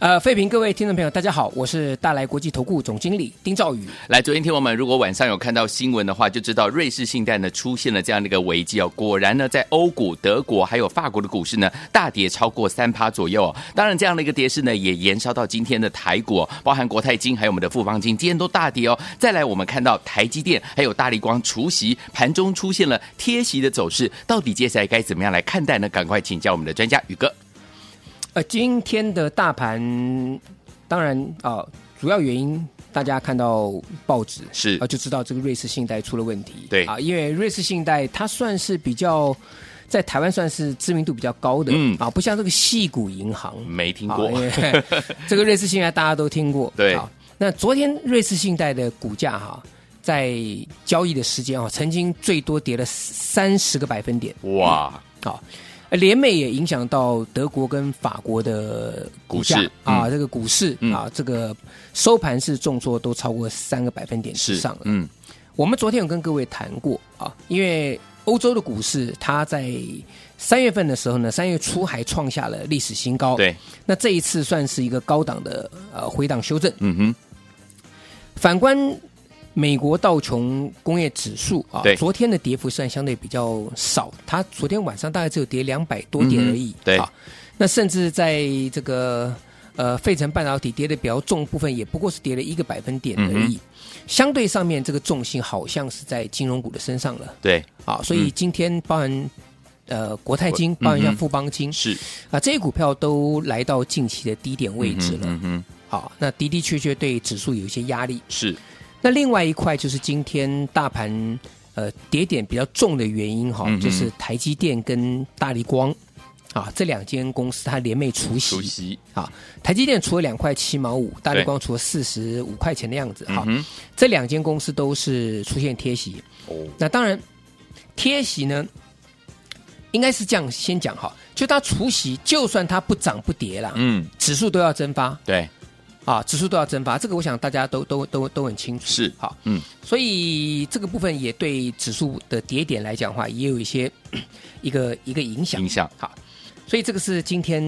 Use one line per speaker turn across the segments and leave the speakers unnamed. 呃，废评各位听众朋友，大家好，我是大来国际投顾总经理丁兆宇。
来，昨天听我们如果晚上有看到新闻的话，就知道瑞士信贷呢出现了这样的一个危机哦。果然呢，在欧股、德国还有法国的股市呢大跌超过三趴左右、哦。当然，这样的一个跌势呢也延烧到今天的台股、哦，包含国泰金还有我们的富邦金，今天都大跌哦。再来，我们看到台积电还有大力光除息盘中出现了贴息的走势，到底接下来该怎么样来看待呢？赶快请教我们的专家宇哥。
呃，今天的大盘，当然啊、主要原因大家看到报纸
是
啊、就知道这个瑞士信贷出了问题。
对
啊、因为瑞士信贷它算是比较在台湾算是知名度比较高的，
嗯
啊，不像这个细谷银行
没听
啊
过，
因为 这个瑞士信贷大家都听过。
对
啊，那昨天瑞士信贷的股价哈、在交易的时间啊、曾经最多跌了三十个百分点。
哇，
好，呃联美也影响到德国跟法国的股价
股市
啊，这个股市、
嗯
啊，这个收盘是重挫都超过三个百分点之
是
上了。
嗯，
我们昨天有跟各位谈过啊，因为欧洲的股市它在三月份的时候呢，三月初还创下了历史新
嗯
高。，
对，
那这一次算是一个高档的呃回档修正。
嗯哼，
反观美国道琼工业指数啊
对，
昨天的跌幅算相对比较少，它昨天晚上大概只有跌两百多点
嗯哼
而已。
对
啊，那甚至在这个呃费城半导体跌的比较重的部分，也不过是跌了一个百分点而
嗯
已。相对上面，这个重心好像是在金融股的身上了
对，
啊，所以今天包含。呃，国泰金包含
嗯
像
哼
富邦金、
是，
啊，这些股票都来到近期的低点位置了。
嗯哼，
好，那的的确确对指数有一些压力。
是，
那另外一块就是今天大盘呃跌点比较重的原因哈、
嗯哼
就是台积电跟大力光啊这两间公司它联袂除
熟
息
悉，
啊，台积电除了两块七毛五，大力
对
光除了四十五块钱的样子哈、
嗯哼，
这两间公司都是出现贴息。
哦，
那当然贴息呢，应该是这样先讲哈，就它除息，就算它不涨不跌啦，
嗯，
指数都要蒸发
对，
啊，指数都要蒸发，这个我想大家都都都都很清楚
是
好。
嗯，
所以这个部分也对指数的跌点来讲的话，也有一些一个一个影响
影。响，
好，所以这个是今天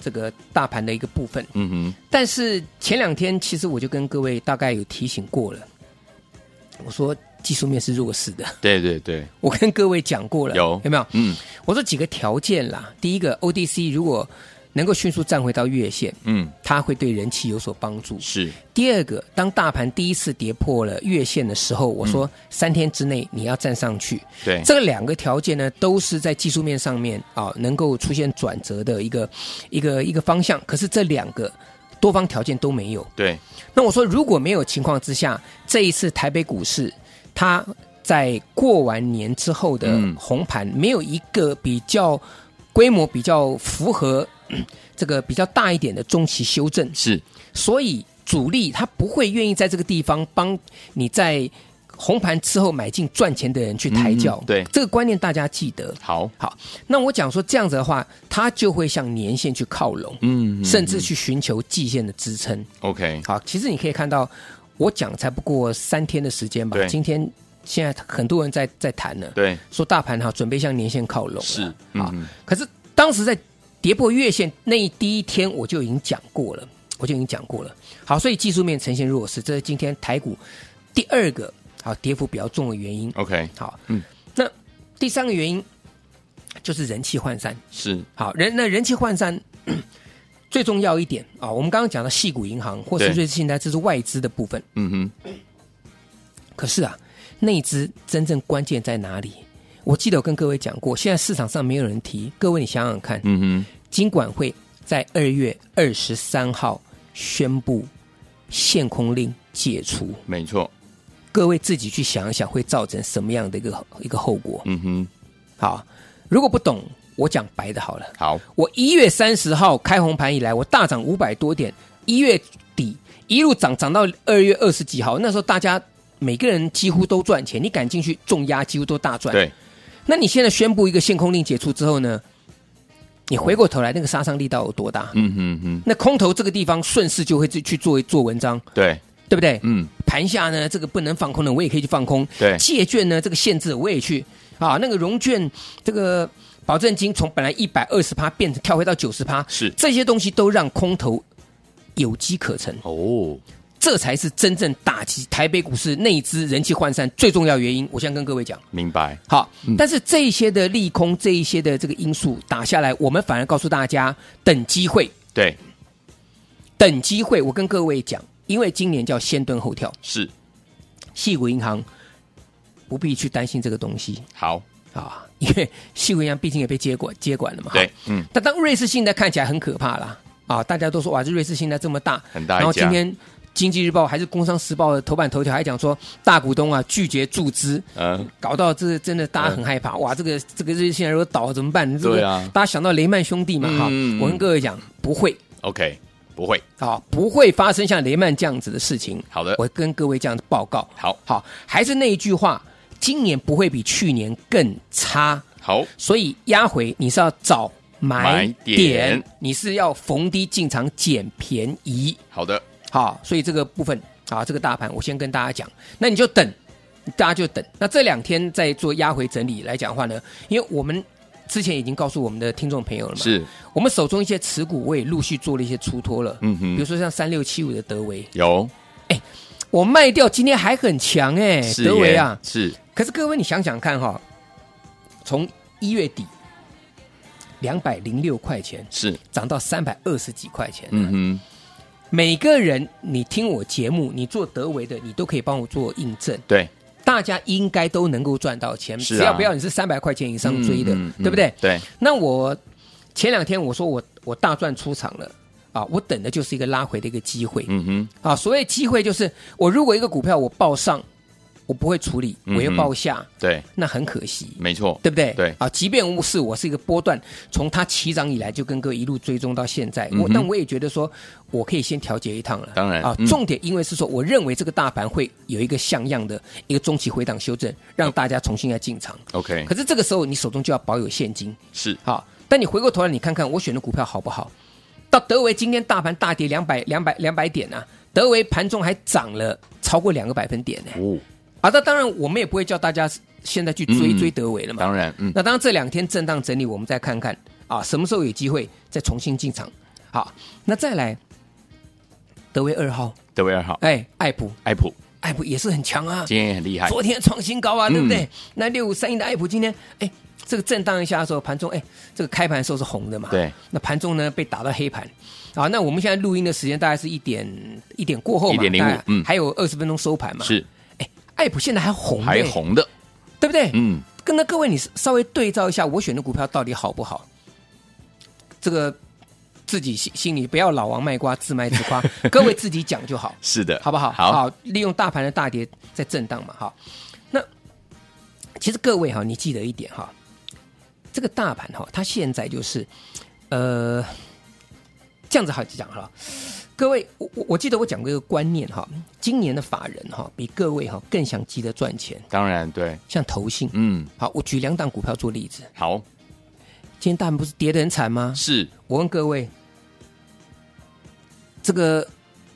这个大盘的一个部分。
嗯
但是前两天其实我就跟各位大概有提醒过了，我说技术面是弱势的，
哼，对对对，
我跟各位讲过了，
有
有没有？
嗯
我说几个条件啦，第一个 ODC 如果能够迅速站回到月线，
嗯，
它会对人气有所帮助。
是，
第二个，当大盘第一次跌破了月线的时候，我说三天之内你要站上去。
嗯对，
这两个条件呢，都是在技术面上面啊，能够出现转折的一个一个一个方向。可是这两个多方条件都没有。
对，
那我说，如果没有情况之下，这一次台北股市它在过完年之后的
嗯
红盘，没有一个比较规模比较符合嗯这个比较大一点的中期修正，
是，
所以主力他不会愿意在这个地方帮你在红盘之后买进赚钱的人去抬轿、
嗯对
这个观念大家记得。
好，
好，那我讲说这样子的话，它就会向年线去靠拢，
嗯
甚至去寻求季线的支撑。
，OK，
好，其实你可以看到，我讲才不过三天的时间吧
对。
今天现在很多人在在谈呢，
对，
说大盘哈准备向年线靠拢了
是，
啊
嗯。
可是当时在跌破月线那一第一天，我就已经讲过了，我就已经讲过了。好，所以技术面呈现弱势，这是今天台股第二个好跌幅比较重的原因。
，OK，
好，
嗯，
那第三个原因就是人气涣散。
是，
好，人那人气涣散 最重要一点啊，我们刚刚讲到细股银行或是
对
瑞士信贷，这是外资的部分。
嗯哼，
可是啊，内资真正关键在哪里？我记得我跟各位讲过，现在市场上没有人提，各位你想想看，
嗯
金管会在二月二十三号宣布限空令解除，
哼，没错，
各位自己去想一想，会造成什么样的一个一个后果？
嗯哼，
好，如果不懂，我讲白的好了。
好，
我一月三十号开红盘以来，我大涨五百多点，一月底一路涨涨到二月二十几号，那时候大家每个人几乎都赚钱，你敢进去重压，几乎都大赚。，
对，
那你现在宣布一个限空令解除之后呢，你回过头来那个杀伤力到底有多大？
嗯哼哼，
那空头这个地方顺势就会去去做做文章，
对，
对不对？
嗯，
盘下呢，这个不能放空的，我也可以去放空。
对
借券呢，这个限制我也去啊。那个融券，这个保证金从本来一百二十趴变成跳回到九十趴，
是
这些东西都让空头有机可乘，
哦，
这才是真正打击台北股市内资人气涣散最重要原因。我先跟各位讲，
明白，
好，但是这一些的利空，这一些的这个因素打下来，我们反而告诉大家，等机会，
对，
等机会。我跟各位讲，因为今年叫先蹲后跳。
是
细谷银行不必去担心这个东西
好，
啊， 因为细谷银行毕竟也被接管接管了嘛。
对
哈。，
嗯，
但当瑞士信贷看起来很可怕啦啊，大家都说哇，这瑞士信贷这么大，
很大一家
然后今天。经济日报还是工商时报的头版头条还讲说，大股东啊拒绝注资，
嗯，
搞到这真的大家很害怕。哇，这个这个瑞士信贷如果倒了怎么办？这个
对啊
大家想到雷曼兄弟嘛哈、
嗯
我跟各位讲，不会
OK，不会，
啊，不会发生像雷曼这样子的事情。
好的
我跟各位这样子报告。
好，
好，还是那一句话，今年不会比去年更差，
好，
所以压回你是要找买
买
点，
点
你是要逢低进场捡便宜。
好的，
好，所以这个部分啊，这个大盘我先跟大家讲，那你就等，大家就等。那这两天在做压回整理来讲的话呢，因为我们之前已经告诉我们的听众朋友了嘛，
是，
我们手中一些持股我也陆续做了一些出脱了，
嗯
比如
哼，
说像三六七五的德维，
有，
我卖掉，今天还很强哎、
是
德维
耶
啊，
是，
可是各位，你想想看哈、从一月底两百零六块钱
是，
涨到三百二十几块钱，
嗯哼，
每个人你听我节目，你做德维的，你都可以帮我做印证，
对，
大家应该都能够赚到钱，
是啊
只要不要你是三百块钱以上追的，
嗯嗯
对不对？
嗯对，
那我前两天我说我我大赚出场了。啊，我等的就是一个拉回的一个机会、
嗯哼，
啊！所谓机会就是，我如果一个股票我报上，我不会处理，我又
嗯哼
报下，
对，
那很可惜。
没错，
对不对？
对
啊，即便是我是一个波段，从它起涨以来就跟各位一路追踪到现在，我
嗯哼
但我也觉得说，我可以先调节一趟了。
当然
啊，
嗯
重点因为是说，我认为这个大盘会有一个像样的一个中期回档修正，让大家重新来进场。
，OK，
可是这个时候，你手中就要保有现金。
是，
好，但你回过头来，你看看我选的股票好不好？到德维今天大盘大跌两百两百两百点啊，德维盘中还涨了超过两个百分点呢、
哦，
啊，那当然我们也不会叫大家现在去追、
嗯
追德维了嘛。
当然，嗯，
那当然这两天震荡整理，我们再看看啊，什么时候有机会再重新进场。好，那再来德威二号，
德威尔好，
哎，艾普，
艾普
艾普也是很强啊，
今天也很厉害，
昨天创新高啊，对不对？
哎嗯
那六五三一的艾普今天，哎，这个震荡一下的时候，盘中哎，这个开盘的时候是红的嘛，
对，
那盘中呢被打到黑盘。啊，那我们现在录音的时间大概是一点一点过后嘛，
1.05
大概
嗯
还有二十分钟收盘嘛。，
是
艾普现在还红、
还，红的，
对不对？
嗯，
跟那各位你稍微对照一下，我选的股票到底好不好？这个自己心心里不要老王卖瓜，自卖自 夸，各位自己讲就好，
是的，
好不好？
好，
利用大盘的大跌在震荡嘛，好。那其实各位哈，你记得一点哈，这个大盘哈，它现在就是呃这样子好讲好了。各位，我我我记得我讲过一个观念哈，今年的法人哈比各位哈更想急着赚钱，
当然对，
像投信，
嗯，
好，我举两档股票做例子。
好，
今天大盘不是跌得很惨吗？
是，
我问各位，这个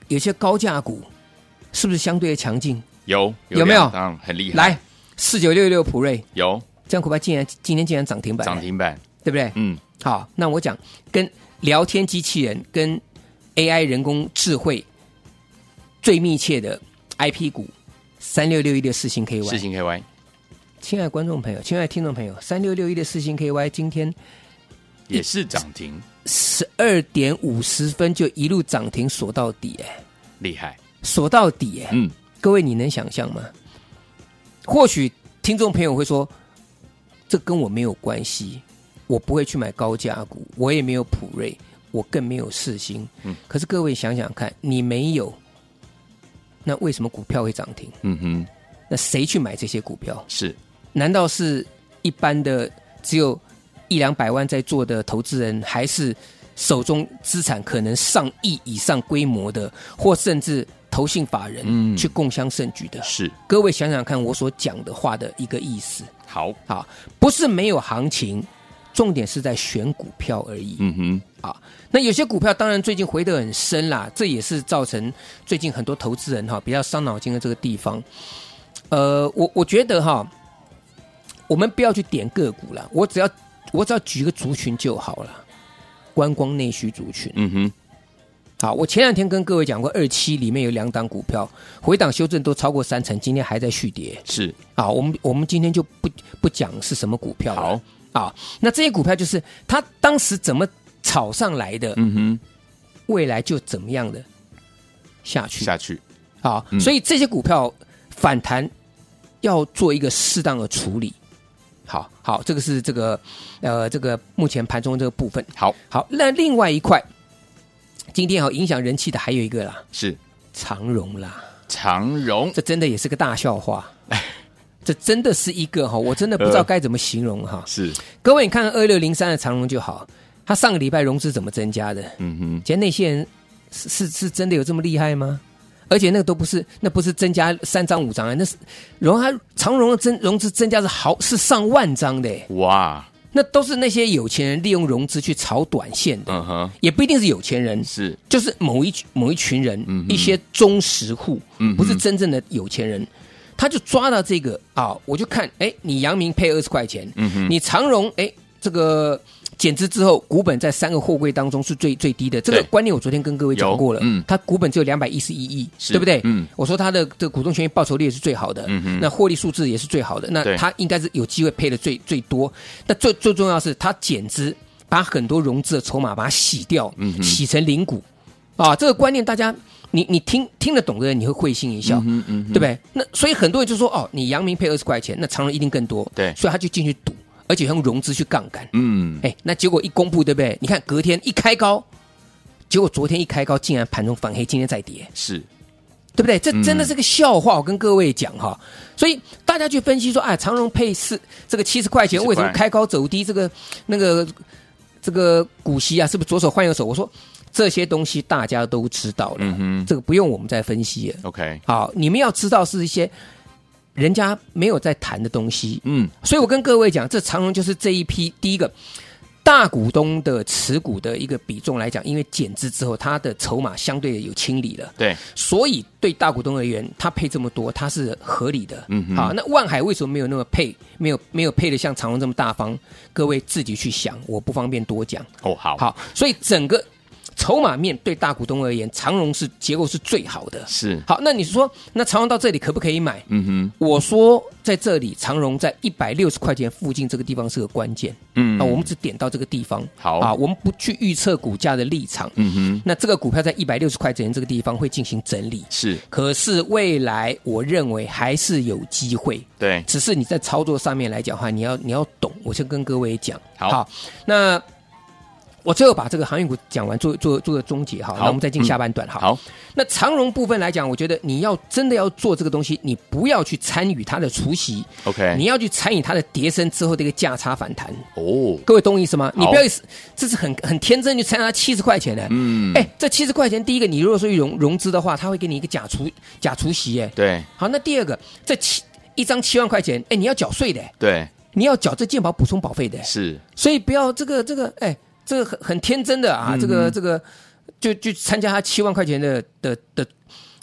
有些高价股是不是相对的强劲？
有
有没有
两档很厉害，
来，四九六六普瑞
有
这样股票竟然今天竟然涨停板，
涨，停板，
对不对？
嗯，
好，那我讲跟聊天机器人跟 AI 人工智慧最密切的 IP 股三六六一的四星 KY，
世情 KY
亲爱的观众朋友，亲爱的听众朋友，三六六一的四星 KY 今天
也是涨停，
十二点五十分就一路涨停锁到底、哎，
厉害，
锁到底、哎，
嗯，
各位你能想象吗？或许听众朋友会说，这跟我没有关系，我不会去买高价股，我也没有普瑞，我更没有世星。
嗯
可是各位想想看，你没有，那为什么股票会涨停？
嗯哼，
那谁去买这些股票？
是，
难道是一般的只有一两百万在做的投资人，还是手中资产可能上亿以上规模的，或甚至投信法
嗯
人去共襄盛举的？
是，
各位想想看，我所讲的话的一个意思
好，
啊，不是没有行情，重点是在选股票而已。
嗯哼，
那有些股票当然最近回得很深啦，这也是造成最近很多投资人哈比较伤脑筋的这个地方。呃，我我觉得哈，我们不要去点个股啦，我只要我只要举一个族群就好了，观光内需族群。
嗯哼，
好，我前两天跟各位讲过，二期里面有两档股票回档修正都超过三成，今天还在续跌。
是，
啊，我们我们今天就不不讲是什么股票了
好，
啊。那这些股票就是它当时怎么炒上来的，
嗯哼，
未来就怎么样的下去
下去，
啊、
嗯
所以这些股票反弹要做一个适当的处理。好好，这个是这个呃这个目前盘中这个部分。
好，
好，那另外一块，今天好影响人气的还有一个啦，
是
长荣啦，
长荣，
这真的也是个大笑 话。这真的是一个哈，我真的不
呃
知道该怎么形容哈。
是，
各位，你看二六零三的长荣就好，它上个礼拜融资怎么增加的？
嗯哼，
其实那些人是是是真的有这么厉害吗？而且那个都不是，那不是增加三张五张啊，那是融它长荣的增融资增加是好是上万张的耶，
哇，
那都是那些有钱人利用融资去炒短线的，
嗯哼，
也不一定是有钱人，
是，
就是某一某一群人，
嗯哼
一些忠实户，
嗯哼
不是真正的有钱人，他就抓到这个啊，我就看，哎，你阳明配二十块钱，
嗯哼，
你长荣哎，这个减资之后，股本在三个货柜当中是最最低的。这个
对
观念我昨天跟各位讲过了
有，嗯
它股本只有两百一十一亿，
是
对不对？
嗯
我说它的这个股东权益报酬率也是最好的，
嗯哼
那获利数字也是最好的，那
对
它应该是有机会配的最最多。那最最重要是它减资，把很多融资的筹码把它洗掉，
嗯哼
洗成零股啊，这个观念大家。你你听听得懂的人，你会会心一笑，
嗯哼嗯哼
对不对？那所以很多人就说，哦，你阳明配二十块钱，那长荣一定更多，
对
所以他就进去赌，而且用融资去杠杆。
嗯，
哎，那结果一公布，对不对？你看隔天一开高，结果昨天一开高竟然盘中反黑，今天再跌，
是，
对不对？这
嗯
真的是个笑话，我跟各位讲哈。所以大家去分析说，啊，长荣配四这个七十块钱，
70
为什么
块
开高走低？这个那个这个股息啊，是不是左手换右手？我说这些东西大家都知道了，
嗯哼
这个不用我们再分析了。
，OK，
好，你们要知道是一些人家没有在谈的东西，
嗯，
所以我跟各位讲，这长荣就是这一批第一个大股东的持股的一个比重来讲，因为减资之后，它的筹码相对有清理了，
对，
所以对大股东而言，它配这么多，它是合理的。
嗯哼
好，那万海为什么没有那么配，没有没有配的像长荣这么大方？各位自己去想，我不方便多讲。
哦，好，，
好，所以整个筹码面对大股东而言，长荣是结构是最好的。
是，
好，那你说，那长荣到这里可不可以买？
嗯哼，
我说在这里，长荣在一百六十块钱附近这个地方是个关键
嗯，
啊，我们只点到这个地方。
好
啊，我们不去预测股价的立场。
嗯哼，
那这个股票在一百六十块钱这个地方会进行整理，
是，
可是未来我认为还是有机会。
对，
只是你在操作上面来讲的话，你要你要懂，我先跟各位讲。
好
那我最后把这个航运股讲完，做做做个终结哈，
好嗯
那我们再进下半段哈。
好，
那长荣部分来讲，我觉得你要真的要做这个东西，你不要去参与它的除息，
，OK，
你要去参与它的跌升之后的一个价差反弹。
哦，
各位懂我意思吗？
好
你不要，这是很很天真，去参与它七十块钱的。
嗯，
哎、这七十块钱，第一个，你如果说去融融资的话，他会给你一个假除假除息，哎，
对，
好，那第二个，这七一张七万块钱，哎，你要缴税的，哎
对，
你要缴这健保补充保费的，哎
是，
所以不要这个这个，哎，这个很很天真的
嗯
啊，这个这个就就参加他七万块钱的的的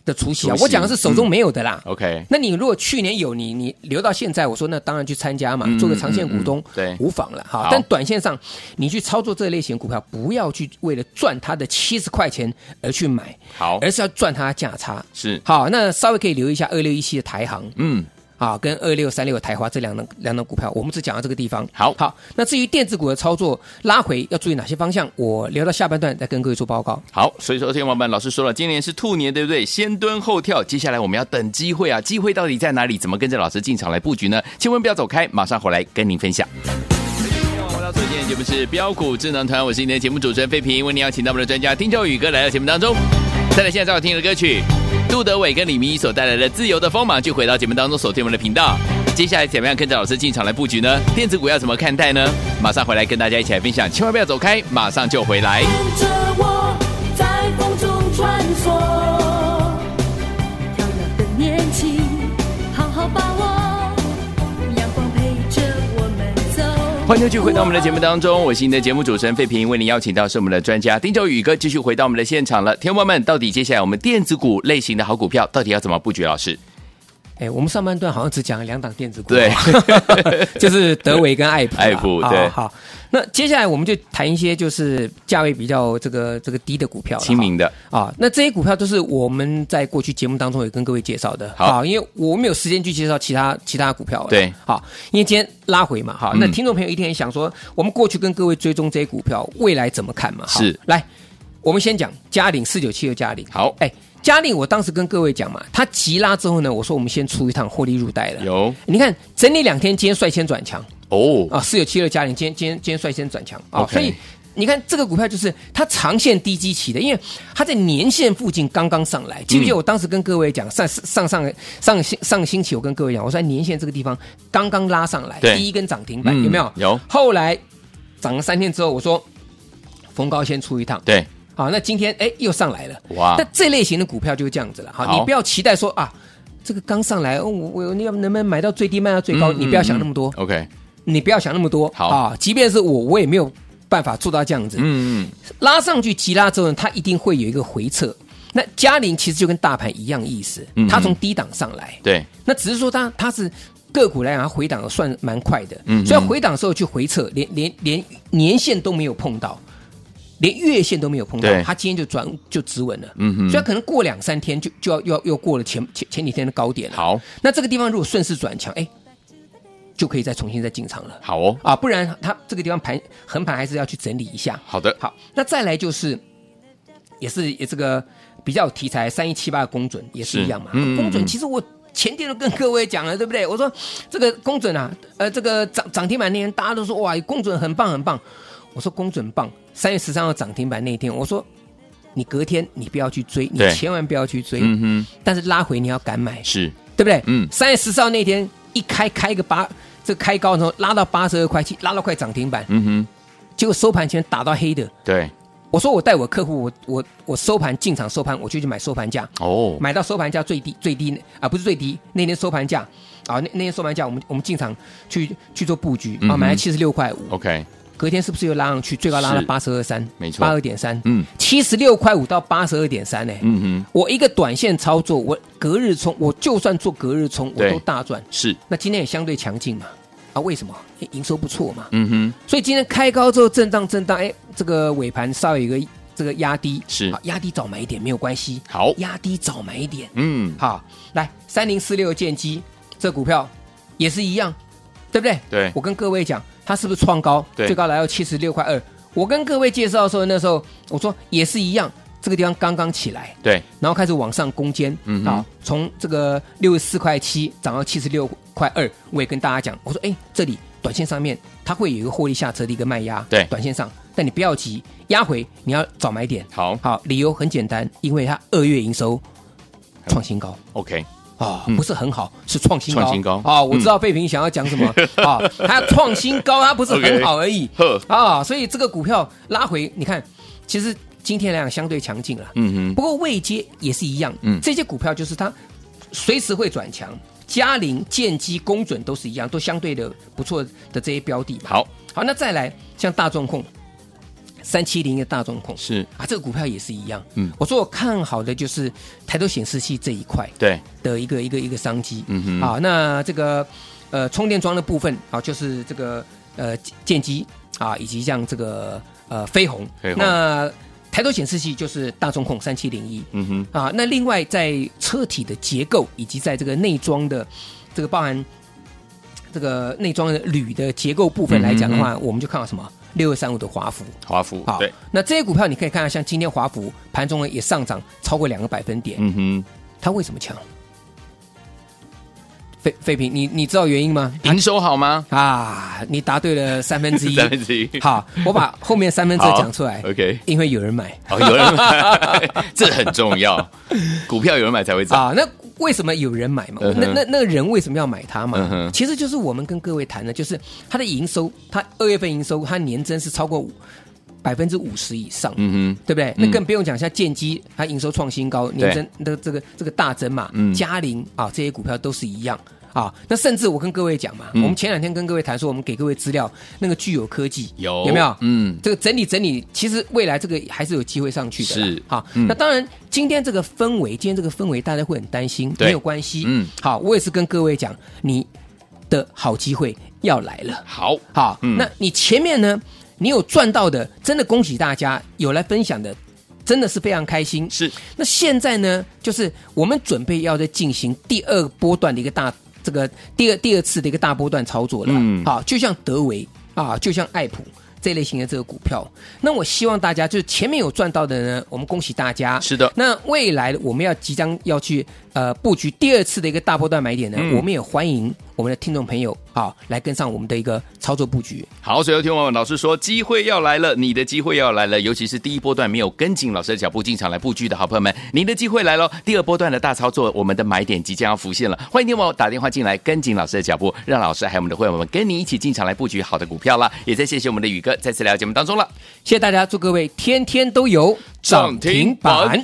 的除夕啊
除，夕嗯
我讲的是手中没有的啦。
OK，
那你如果去年有你，你留到现在，我说那当然去参加嘛，做个长线股
嗯，
东
嗯对
无妨了哈
好。
但短线上，你去操作这类型股票，不要去为了赚它的七十块钱而去买，
好，
而是要赚它的价差。
是，
好，那稍微可以留意一下二六一七的台行，
嗯，
啊，跟二六三六台华这两档两档股票，我们只讲到这个地方。
好
好，那至于电子股的操作拉回要注意哪些方向，我留到下半段再跟各位做报告。
好，所以说，天王们，老师说了，今年是兔年，对不对？先蹲后跳，接下来我们要等机会啊！机会到底在哪里？怎么跟着老师进场来布局呢？千万不要走开，马上回来跟您分享。回到最近的节目是标股智能团，我是今天的节目主持人费平，为您邀请到我们的专家丁兆宇哥来到节目当中。再来，现在最好听的歌曲，杜德伟跟李明一所带来的《自由的锋芒》，就回到节目当中，锁定我们的频道。接下来怎么样跟着老师进场来布局呢？电子股要怎么看待呢？马上回来跟大家一起来分享，千万不要走开，马上就回来。
跟着我在风中穿梭，跳跃的年纪，好好把握，阳光陪着我们走。
欢迎继续回到我们的节目当中，我是您的节目主持人费平，为您邀请到是我们的专家丁兆宇哥，继续回到我们的现场了。天王们，到底接下来我们电子股类型的好股票到底要怎么布局？老师，
哎，我们上半段好像只讲了两档电子股，哦
对，
就是德维跟爱普啦，
爱普
好
对
好好那接下来我们就谈一些就是价位比较这个这个低的股票了，
亲民的，
啊，那这些股票都是我们在过去节目当中也跟各位介绍的，
好
啊因为我没有时间去介绍其他其他股票了，
对
好，因为今天拉回嘛，哈，
嗯
那听众朋友一定也想说，我们过去跟各位追踪这些股票，未来怎么看嘛？好
是
来，我们先讲嘉陵四九七六嘉陵，
好
哎，嘉陵我当时跟各位讲嘛，它急拉之后呢，我说我们先出一趟获利入袋了，
有
你看整理两天，今天率先转强，
哦，
啊，四九七六加零，今天今天今天率先转强啊，
OK
所以你看这个股票就是它长线低基期的，因为它在年线附近刚刚上
嗯
来，记不记得我当时跟各位讲上上上上星上星期我跟各位讲，我说在年线这个地方刚刚拉上来，
对
第一根涨停板
嗯
有没有？
有
后来涨了三天之后，我说逢高先出一趟，
对，
好，那今天哎又上来了，
哇
那这类型的股票就是这样子了，好，
好
你不要期待说啊。这个刚上来，哦我我你要能不能买到最低卖到最高？
嗯
你不要想那么多，
，OK，
你不要想那么多，
好
啊，即便是我，我也没有办法做到这样子。
嗯嗯，
拉上去急拉之后呢，它一定会有一个回撤。那嘉陵其实就跟大盘一样意思
嗯，
它从低档上来，
对，
那只是说它它是个股来讲，它回档算蛮快的，
嗯
所以回档的时候去回撤，连连连年线都没有碰到。连月线都没有碰到
对，
它今天就转就止稳了，
嗯哼
所以它可能过两三天就就要又要又过了前前前几天的高点了。
好，
那这个地方如果顺势转强，哎，就可以再重新再进场了。
好哦，
啊，不然它这个地方盘横盘还是要去整理一下。
好的，
好，那再来就是，也是也这个比较有题材三一七八的公准也是
是
一样嘛。
嗯
公
嗯
准
嗯
其实我前天都跟各位讲了，对不对？我说这个公准啊，呃，这个涨涨停板那天大家都说哇，公准很棒很棒。我说公准棒，三月十三号涨停板那一天，我说你隔天你不要去追，你
对
千万不要去追。
嗯哼，
但是拉回你要敢买，
是，
对不对？
嗯
三月十四号那天一开开个八，这开高的时候拉到八十二块七，拉到快涨停板，
嗯哼，
结果收盘前打到黑的。
对，
我说我带我客户，我我我收盘进场收盘，我就去买收盘价，
哦，
买到收盘价最低最低啊，不是最低，那天收盘价啊，那那天收盘价我们我们进场去去做布局
嗯
啊，
哼
买了七十六块五，
，OK，嗯
隔天是不是又拉上去？最高拉到
是
八十二三，
没错
八二点三，
嗯
七十六块五到八十二点三呢。
嗯哼，
我一个短线操作，我隔日冲，我就算做隔日冲，我
对
都大赚。
是，
那今天也相对强劲嘛，啊，为什么？诶营收不错嘛，
嗯哼，
所以今天开高之后震荡震荡，哎，这个尾盘稍微有一个这个压低，
是哦
好压低早买一点没有关系，
好
压低早买一点，
嗯，
好，来三零四六剑机这股票也是一样，对不对？
对
我跟各位讲，它是不是创高？
对
最高来到七十六块二。我跟各位介绍的时候，那时候我说也是一样，这个地方刚刚起来，
对，
然后开始往上攻坚，
嗯哼
啊，从这个六十四块七涨到七十六块二，我也跟大家讲，我说，哎，这里短线上面它会有一个获利下车的一个卖压，
对
短线上，但你不要急，压回你要早买点，
嗯好
好，理由很简单，因为它二月营收创新高。
，OK，
啊、
嗯
不是很好，是创新高。
创新高
啊、我知道贝平想要讲什 么啊、它创新高，它不是很好而已
OK，
啊、所以这个股票拉回，你看，其实今天来讲相对强劲了，
嗯
不
哼，
过未接也是一样，
嗯
这些股票就是它随时会转强，嘉陵、建机、工准都是一样，都相对的不错的这些标的嘛。
好，
好，那再来像大众控，三七零的大众控
是，
啊，这个股票也是一样，
嗯
我说我看好的就是抬头显示器这一块
对，
的一个一个一个商机，
嗯哼
啊，那这个呃充电桩的部分啊，就是这个呃建机啊，以及像这个呃飞鸿，
飞鸿
那。抬头显示器就是大众控三七零一，
嗯哼，
啊，那另外在车体的结构以及在这个内装的这个包含这个内装的铝的结构部分来讲
嗯
的话，我们就看到什么六二三五的华孚。
华孚，
好
对，，
那这些股票你可以看到，像今天华孚盘中呢也上涨超过两个百分点，
嗯哼，
它为什么强？费费平，你你知道原因吗？
营收好吗？
啊，你答 对了三分之一。
三分之一，
好，我把后面三分之二讲出来
好，，OK，
因为有人买
哦，有人买， 这很重要，股票有人买才会涨，
啊。那为什么有人买嘛？
嗯哼
那那那个人为什么要买它
嗯
嘛
哼？
其实就是我们跟各位谈的，就是它的营收，它二月份营收它年增是超过百分之五十以上。
嗯哼，
对不对？
嗯
那更不用讲，像建机它营收创新高，年增的这个这个大增嘛
嗯，
嘉陵啊这些股票都是一样啊。那甚至我跟各位讲嘛，
嗯
我们前两天跟各位谈说，我们给各位资料那个具有科技
有
有没有？
嗯
这个整理整理，其实未来这个还是有机会上去的啦。
是
好，
嗯
那当然今天这个氛围，今天这个氛围大家会很担心，
对
没有关系。
嗯
嗯，好，我也是跟各位讲，你的好机会要来了。
好，
好，
嗯
那你前面呢，你有赚到的，真的恭喜大家，有来分享的，真的是非常开心。
是，
那现在呢，就是我们准备要再进行第二波段的一个大这个第二第二次的一个大波段操作了。
嗯
好，就像德维啊，就像爱普。这类型的这个股票，那我希望大家就是前面有赚到的呢，我们恭喜大家。
是的
那未来我们要即将要去呃布局第二次的一个大波段买点呢，
嗯
我们也欢迎我们的听众朋友啊来跟上我们的一个操作布局。
好，所以有听我们老师说，机会要来了，你的机会要来了，尤其是第一波段没有跟紧老师的脚步进场来布局的好朋友们，您的机会来喽！第二波段的大操作，我们的买点即将要浮现了，欢迎听我打电话进来跟紧老师的脚步，让老师还有我们的会员们跟你一起进场来布局好的股票啦！也再谢谢我们的宇哥再次来到节目当中了。
谢谢大家，祝各位天天都有
涨停板